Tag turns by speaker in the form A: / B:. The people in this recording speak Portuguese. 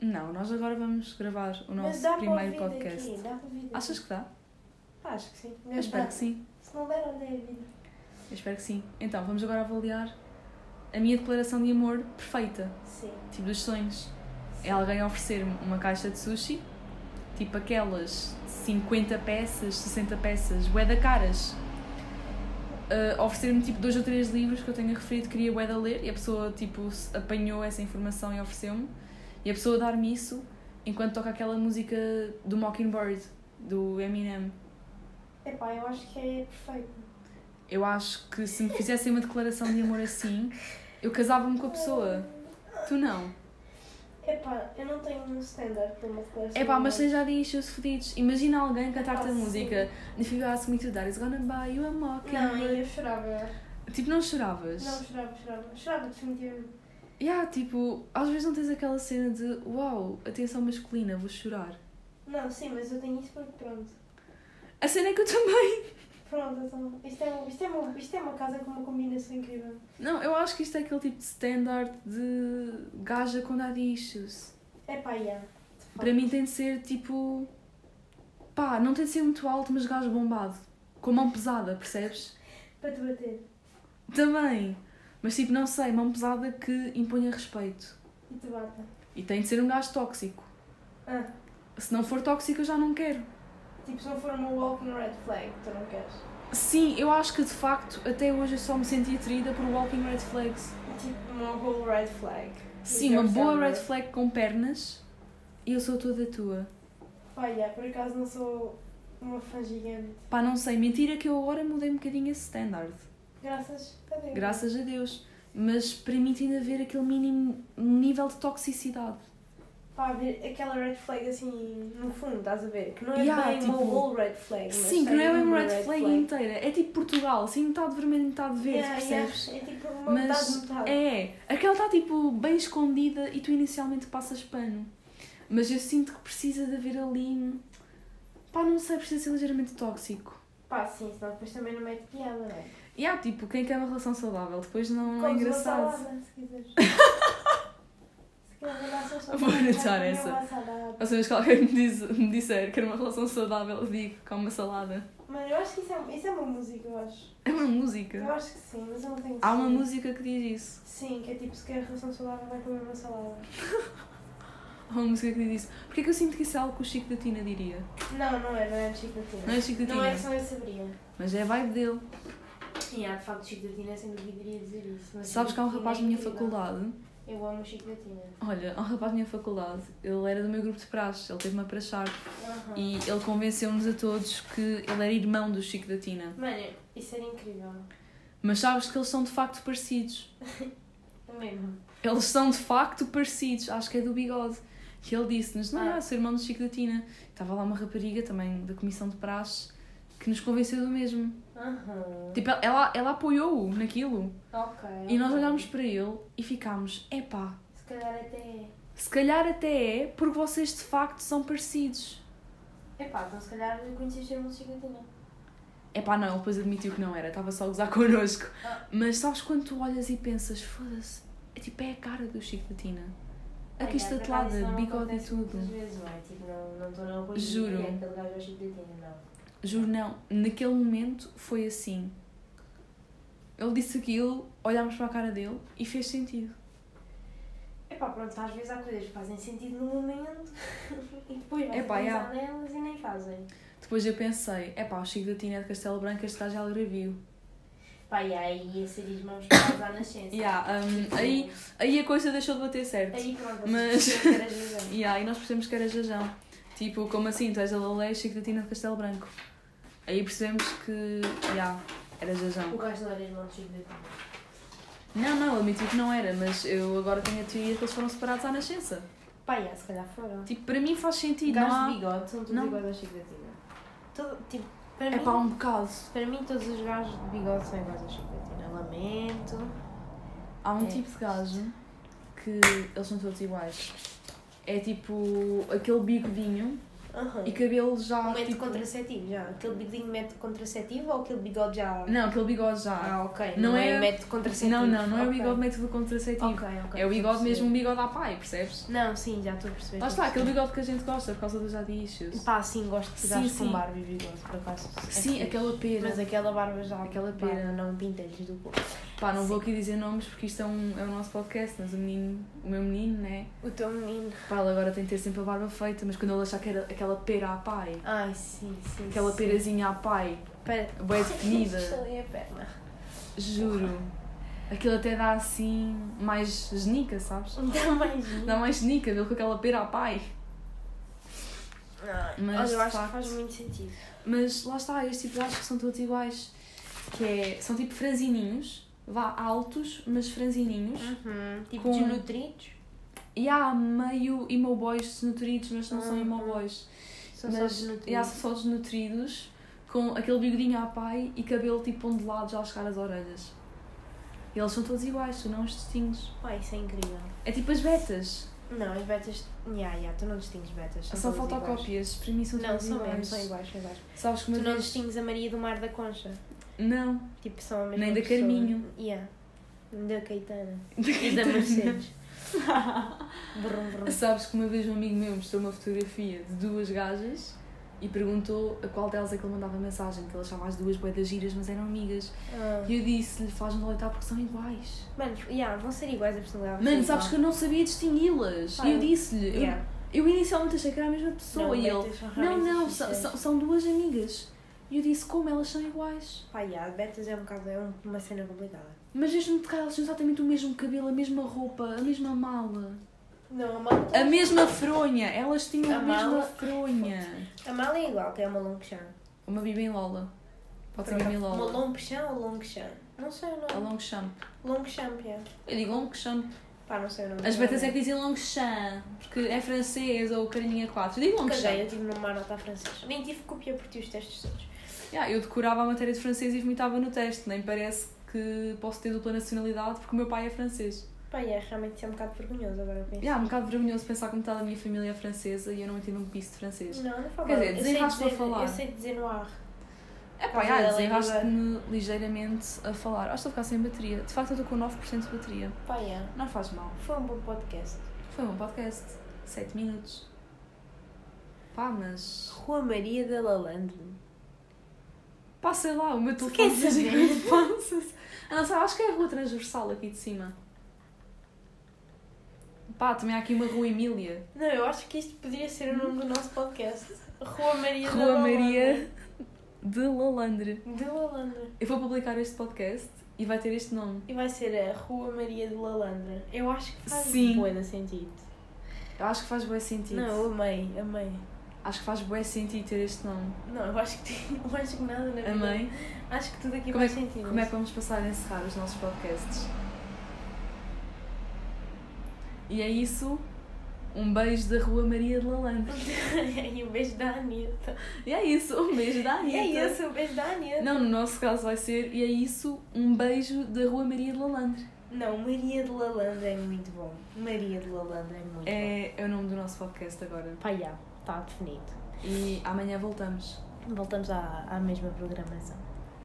A: Não, nós agora vamos gravar o
B: Mas
A: nosso
B: dá para
A: primeiro
B: ouvir
A: podcast.
B: daqui, dá para ouvir daqui.
A: Achas que dá?
B: Acho que sim.
A: Eu espero que sim.
B: Se não der, onde é a vida?
A: Eu espero que sim. Então, vamos agora avaliar a minha declaração de amor perfeita.
B: Sim.
A: Tipo dos sonhos. É alguém oferecer-me uma caixa de sushi, tipo aquelas 50 peças, 60 peças, bué da caras. Ah, oferecer-me tipo dois ou três livros que eu tenha referido, queria bué da ler, e a pessoa tipo se- apanhou essa informação e ofereceu-me. E a pessoa dar-me isso enquanto toca aquela música do Mockingbird, do Eminem.
B: Epá, eu acho que é perfeito.
A: Eu acho que se me fizessem uma declaração de amor assim, eu casava-me com a pessoa. Tu não.
B: Epá, eu não tenho um standard para uma declaração.
A: É pá, mas
B: de amor.
A: vocês já deixam os fodidos. Imagina alguém cantar-te
B: Ah,
A: a
B: sim.
A: música. If you ask me to that, it's gonna buy you a
B: Não,
A: mockingbird.
B: eu chorava.
A: Tipo, não choravas?
B: Não, chorava, chorava. Chorava definitivamente.
A: Yeah, tipo, às vezes não tens aquela cena de uau, atenção masculina, vou chorar.
B: Não, sim, mas eu tenho isso porque pronto.
A: A cena é que eu também.
B: Pronto, então. Isto é, um- isto é, uma, isto é uma casa com uma combinação incrível.
A: Não, eu acho que isto é aquele tipo de standard de gaja com daddy issues.
B: Epá, yeah.
A: Para mim tem de ser tipo. pá, não tem de ser muito alto, mas gajo bombado. Com mão pesada, percebes?
B: Para te bater.
A: Também. Mas tipo, não sei, mão pesada que imponha respeito.
B: E te bata.
A: E tem de ser um gajo tóxico.
B: Ah,
A: Se não for tóxico, eu já não quero.
B: tipo, se não for uma walking red flag, tu não queres.
A: Sim, eu acho que de facto até hoje eu só me senti atraída por walking red flags.
B: Tipo, uma whole red flag.
A: Sim, uma boa red flag com pernas e eu sou toda tua.
B: Pá, yeah, por acaso não sou uma fã gigante.
A: Pá, não sei, mentira que eu agora mudei um bocadinho esse standard.
B: Graças a Deus.
A: Graças a Deus. Mas para mim tem de haver aquele mínimo um nível de toxicidade.
B: Pá, ver aquela red flag assim, no fundo, estás a ver? Que não é
A: Yeah,
B: bem uma
A: tipo-
B: whole red flag. mas
A: Sim, que não
B: tem
A: é uma
B: uma
A: red flag inteira. É tipo Portugal, assim, metade vermelho, metade verde,
B: Yeah, yeah,
A: percebes?
B: É tipo uma
A: Mas
B: metade, metade.
A: é, aquela está tipo bem escondida e tu inicialmente passas pano. Mas eu sinto que precisa de haver ali. um- Pá, não sei, precisa ser ligeiramente tóxico.
B: Pá, sim, senão depois também não mete piada, não é?
A: E há tipo, quem quer uma relação saudável, depois não é
B: Comes uma
A: engraçado.
B: salada, se quiseres. Se quiseres abraçar só
A: Vou
B: uma-
A: anotar
B: comer
A: essa.
B: uma salada.
A: Às vezes que alguém me, diz, me disser que era uma relação saudável, eu digo, com uma salada.
B: Mano, eu acho que isso é, isso é uma música, eu acho.
A: É uma
B: Eu
A: música.
B: acho que sim, mas eu não tenho
A: Há uma
B: certeza.
A: música que diz isso.
B: Sim, que é tipo, se quer relação saudável, vai comer uma salada.
A: Há uma música que diz isso. Porquê que eu sinto que isso é algo que o Chico da Tina diria?
B: Não, não é, não é de Chico da Tina.
A: Não é Chico da
B: Não é
A: Tina?
B: que senão eu saberia.
A: Mas é a vibe dele.
B: E há, de facto, Chico da Tina sem dúvida iria dizer isso. mas
A: Sabes que há um
B: Chico da
A: rapaz da
B: Tina é
A: minha
B: incrível.
A: faculdade
B: Eu amo o Chico da Tina.
A: Olha, um rapaz da minha faculdade, ele era do meu grupo de praxe, ele teve-me a praxar
B: Aham.
A: e ele convenceu-nos a todos que ele era irmão do Chico da Tina.
B: Mano, isso era incrível.
A: Mas sabes que eles são de facto parecidos.
B: Mesmo.
A: Eles são de facto parecidos, acho que é do bigode. E ele disse-nos: Não,
B: Ah.
A: é, sou irmão do Chico da Tina. Estava lá uma rapariga também da comissão de praxe que nos convenceu do mesmo.
B: Aham.
A: Tipo, ela, ela apoiou-o naquilo.
B: Ok.
A: E nós
B: ok.
A: olhámos para ele e ficámos: Epá,
B: Se calhar até é.
A: se calhar até é porque vocês de facto são parecidos.
B: Epá, então se calhar eu conheci o Chico da Tina.
A: Epá, não, ele depois admitiu que não era, estava só a gozar connosco.
B: Ah.
A: Mas sabes quando tu olhas e pensas, foda-se, é tipo, é a cara do Chico da Tina. Aqui
B: Ah, já, por acaso,
A: estatelada,
B: isso não
A: bigode e
B: acontece
A: tudo.
B: Muitas vezes, não é? Tipo, não não estou na rua e
A: Juro.
B: digo, "É aquele gajo é o Chico da Tina, não.
A: Juro, não, naquele momento foi assim. Ele disse aquilo, olhámos para a cara dele e fez sentido.
B: Epá, pronto, às vezes há coisas que fazem sentido no momento e depois vais
A: Epá, já.
B: pensar nelas e nem fazem.
A: Depois eu pensei, epá, o Chico da Tina é de Castelo Branco, este gajo já review.
B: Pá, e aí ia ser irmãos pais à nascença.
A: Yeah, um, aí, aí a coisa deixou de bater certo.
B: Aí pronto,
A: Mas-
B: mas...
A: Yeah, e nós percebemos que era Jajão. Tipo, como assim? Tu és a Lolé e Chico da Tina de Castelo Branco. Aí percebemos que, yeah, era
B: O
A: Jajão.
B: gajo não era irmão de Chico da Tina.
A: Não, não, ele admitiu que não era, mas eu agora tenho a teoria que eles foram separados à nascença.
B: Pá, já, se calhar foram.
A: Tipo, para mim faz sentido,
B: gajos de
A: não há...
B: bigode são todos
A: não.
B: iguais ao Chico da Tina. Todo, tipo, para,
A: É
B: mim,
A: pá, um bocado.
B: para mim todos os gajos de bigode são iguais ao Chico da Tina. Lamento.
A: Há um
B: É.
A: tipo de gajo que eles são todos iguais. É tipo aquele bigodinho
B: Aham.
A: E cabelo já.
B: Um método
A: tipo-
B: contraceptivo, já. Aquele bigodinho método contraceptivo ou aquele bigode já.
A: Não, aquele bigode já.
B: Ah, ok.
A: Não
B: Não, é,
A: é-
B: o método contraceptivo.
A: não, não, não é o
B: Ok.
A: bigode método contraceptivo.
B: Ok, ok.
A: É o bigode
B: estou a
A: mesmo, um bigode à pai, percebes?
B: perceber. Não, sim, já estou a perceber.
A: Lá
B: estou
A: está,
B: a
A: aquele bigode que a gente gosta por causa dos daddy issues.
B: perceber. Pá, sim, gosto de
A: Sim,
B: gajos com
A: sim.
B: barba e bigode, por acaso. É
A: Sim,
B: fixe.
A: aquela pera.
B: Mas é aquela barba já.
A: Aquela
B: pá,
A: pera.
B: Não pinta-lhes do cu.
A: Pá, não vou aqui dizer nomes porque isto é, um, é o nosso podcast, mas o menino, o meu menino, né?
B: O teu menino.
A: Pá, ele agora tem de ter sempre a barba feita, mas quando ele achar que era aquela pera à pai,
B: Ai, sim, sim.
A: aquela
B: sim.
A: perazinha à pai,
B: Pera.
A: bem definida,
B: Estalei a perna.
A: juro, aquilo até dá assim mais genica, sabes?
B: Dá mais um.
A: Dá mais genica, viu, com aquela pera à pai.
B: Ai,
A: Mas,
B: Olha,
A: de
B: eu acho
A: facto-
B: que faz muito sentido.
A: Mas lá está, estes tipos acho que são todos iguais, que é, são tipo franzininhos, vá altos, mas franzininhos.
B: Uhum. Tipo
A: Com-
B: desnutridos.
A: E há meio emo boys desnutridos, mas não são
B: Uhum.
A: emo boys.
B: São só
A: mas
B: desnutridos.
A: e há só desnutridos, com aquele bigodinho à pai e cabelo tipo ondulado já a chegar às orelhas. E eles são todos iguais, tu não os distingues.
B: Pá, isso é incrível.
A: É tipo as betas,
B: Não, as betas. Ya, ya, tu não distingues betas. são
A: são
B: todas iguais.
A: fotocópias, para mim são
B: Não,
A: todas
B: são mesmo,
A: iguais.
B: são iguais, são iguais.
A: Sabes como
B: tu não
A: eu disse?
B: distingues a Maria do Mar da Concha.
A: Não,
B: Tipo, são a mesma
A: Nem da
B: pessoa.
A: Carminho.
B: Yeah. Da Caetana. E assim. da Mercedes. brum, brum.
A: Sabes que uma vez um amigo meu mostrou uma fotografia de duas gajas e perguntou a qual delas é que ele mandava mensagem, que ele achava as duas boedas giras, mas eram amigas.
B: Ah.
A: E eu disse-lhe, faz-me deitar porque são iguais.
B: Mano, yeah, vão ser iguais a personalidade.
A: Mano, sabes que eu não sabia distingui-las.
B: Ah,
A: E eu
B: eu-
A: disse-lhe, eu-
B: Yeah.
A: eu, inicialmente achei que era a mesma pessoa e ele,
B: betas são
A: não,
B: realmente
A: não, são,
B: diferentes.
A: são, são duas amigas. E eu disse, como elas são iguais?
B: Pá, yeah, betas é um bocado, é um- uma cena complicada.
A: Mas mesmo de cá, elas têm exatamente o mesmo cabelo, a mesma roupa, a mesma mala.
B: Não, a mala,
A: A mesma fronha, elas tinham a,
B: A
A: mesma
B: mala.
A: fronha.
B: a mala é igual, que é uma longuechã.
A: Uma Bibi em Lola. Pode ser
B: Pronto.
A: Bibi em
B: Uma
A: Lola.
B: longuechã ou longuechã? Não sei o
A: A
B: nome.
A: long champ.
B: Longuechã, yeah.
A: Eu digo long champ.
B: Pá, não sei o nome.
A: As betas é que dizem long champ, porque é francês ou carinha 4. Eu digo long
B: Caguei,
A: champ.
B: eu tive numa nota a francês. Nem tive cópia por ti os testes todos.
A: Yeah, eu decorava a matéria de francês e vomitava no teste. Nem parece que posso ter dupla nacionalidade porque o meu pai é francês.
B: Pá, é realmente isso é um bocado vergonhoso agora eu penso.
A: Yeah, é um bocado vergonhoso pensar que metade da minha família é francesa e eu não entendo um piso de francês.
B: Não, não fala
A: Quer
B: mal.
A: dizer,
B: Eu sei
A: desenrasca a
B: dizer-
A: falar.
B: Eu sei dizer no ar.
A: É pá,
B: Por causa
A: yeah,
B: da
A: desenrasco-me ligeiramente a falar. Acho que estou a ficar sem bateria. De facto, eu estou com 9% de bateria.
B: Pá, é.
A: Não faz mal.
B: Foi um bom podcast.
A: Foi um podcast. 7 minutos. Pá, mas.
B: Rua Maria da Lalande.
A: Pá, sei lá, o meu
B: Tu
A: telefone
B: queres
A: diz
B: saber?
A: enquanto passas. Ah, não sei, acho que é a rua transversal aqui de cima. Pá, também há aqui uma rua Emília.
B: Não, eu acho que isto poderia ser o nome do nosso podcast. Rua Maria da
A: Rua
B: Lalande.
A: Maria de Lalandre.
B: De Lalande.
A: Eu vou publicar este podcast e vai ter este nome.
B: E vai ser a Rua Maria de Lalandra. Eu acho que faz
A: Sim.
B: bué de sentido.
A: Eu acho que faz bué sentido.
B: Não, eu amei, amei.
A: Acho que faz bué sentido ter este nome.
B: Não, eu acho que, eu acho que nada na vida.
A: Amém.
B: Acho que tudo aqui
A: Como é
B: faz sentido.
A: Como é que vamos passar a encerrar os nossos podcasts? E é isso. Um beijo da Rua Maria de Lalandre.
B: e o beijo da Anitta.
A: E é isso. Um beijo da Anitta.
B: E é isso, o beijo da Anitta.
A: Não, no nosso caso vai ser, e é isso, um beijo da Rua Maria de Lalandre.
B: Não, Maria de Lalanda é muito bom. Maria de Lalanda é muito bom.
A: É, é o nome do nosso podcast agora.
B: Pá, já, está definido.
A: E amanhã voltamos.
B: Voltamos à, à mesma programação.